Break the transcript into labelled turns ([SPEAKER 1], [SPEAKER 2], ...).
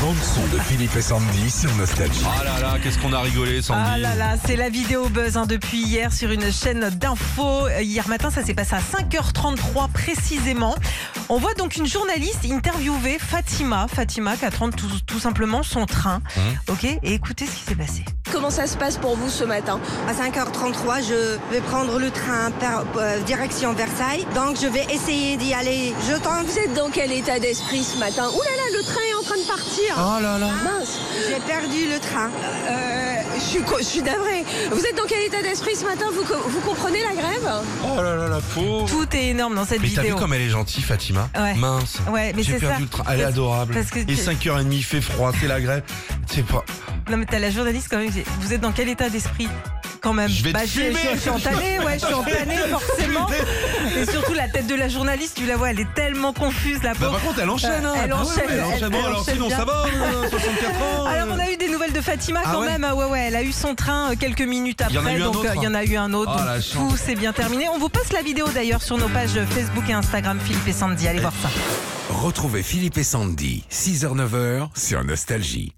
[SPEAKER 1] bande son de Philippe et Sandy sur Nostalgie.
[SPEAKER 2] Ah là là, qu'est-ce qu'on a rigolé, Sandy.
[SPEAKER 3] Ah là là, c'est la vidéo buzz hein, depuis hier sur une chaîne d'info. Euh, Hier matin, ça s'est passé à 5h33 précisément. On voit donc une journaliste interviewer Fatima, Fatima qui attend tout, tout simplement son train.
[SPEAKER 2] Mmh.
[SPEAKER 3] Ok, et écoutez ce qui s'est passé.
[SPEAKER 4] Comment ça se passe pour vous ce matin
[SPEAKER 5] À 5h33, je vais prendre le train par- euh, direction Versailles. Donc, je vais essayer d'y aller. Je tente.
[SPEAKER 4] Vous êtes dans quel état d'esprit ce matin Ouh là là, le train est en train de partir
[SPEAKER 2] Oh là là.
[SPEAKER 4] Mince
[SPEAKER 5] J'ai perdu le train.
[SPEAKER 4] Euh, je, suis, co- je suis navrée. Vous êtes dans quel état d'esprit ce matin vous, co- vous comprenez la grève
[SPEAKER 2] Oh là là, la pauvre.
[SPEAKER 3] Tout est énorme dans cette
[SPEAKER 2] Mais t'as vu
[SPEAKER 3] vidéo.
[SPEAKER 2] comme elle est gentille, Fatima
[SPEAKER 3] Ouais.
[SPEAKER 2] Mince.
[SPEAKER 3] Ouais, mais
[SPEAKER 2] J'ai
[SPEAKER 3] c'est
[SPEAKER 2] perdu
[SPEAKER 3] ça.
[SPEAKER 2] le train. Elle est
[SPEAKER 3] Parce-
[SPEAKER 2] adorable.
[SPEAKER 3] parce que
[SPEAKER 2] Et
[SPEAKER 3] tu-
[SPEAKER 2] 5h30, il fait froid, c'est la grève. C'est pas.
[SPEAKER 3] Non mais t'as la journaliste quand même. qui dit, Vous êtes dans quel état d'esprit quand même Bah,
[SPEAKER 2] Je vais te
[SPEAKER 3] je,
[SPEAKER 2] fumer.
[SPEAKER 3] je suis entamée, ouais, je suis entamée forcément. Et surtout la tête de la journaliste, tu la vois, elle est tellement confuse la
[SPEAKER 2] Bah,
[SPEAKER 3] pauvre.
[SPEAKER 2] par contre, elle enchaîne. hein.
[SPEAKER 3] euh, elle
[SPEAKER 2] Ah ouais,
[SPEAKER 3] enchaîne,
[SPEAKER 2] Elle
[SPEAKER 3] elle-
[SPEAKER 2] enchaîne. Bon,
[SPEAKER 3] elle
[SPEAKER 2] alors
[SPEAKER 3] enchaîne
[SPEAKER 2] sinon,
[SPEAKER 3] bien.
[SPEAKER 2] ça va, euh, 64 ans.
[SPEAKER 3] Alors
[SPEAKER 2] euh.
[SPEAKER 3] on a eu des nouvelles de Fatima
[SPEAKER 2] Ah
[SPEAKER 3] quand
[SPEAKER 2] ouais
[SPEAKER 3] même. Ah ouais ouais, elle a eu son train euh, quelques minutes
[SPEAKER 2] Il
[SPEAKER 3] après.
[SPEAKER 2] y en a eu un
[SPEAKER 3] donc
[SPEAKER 2] autre,
[SPEAKER 3] euh, il y en a eu un autre.
[SPEAKER 2] Ah,
[SPEAKER 3] donc
[SPEAKER 2] la chance.
[SPEAKER 3] tout s'est bien terminé. On vous passe la vidéo d'ailleurs sur nos pages Facebook et Instagram Philippe et Sandy. Allez voir ça.
[SPEAKER 1] Retrouvez Philippe et Sandy, 6h-9h sur Nostalgie.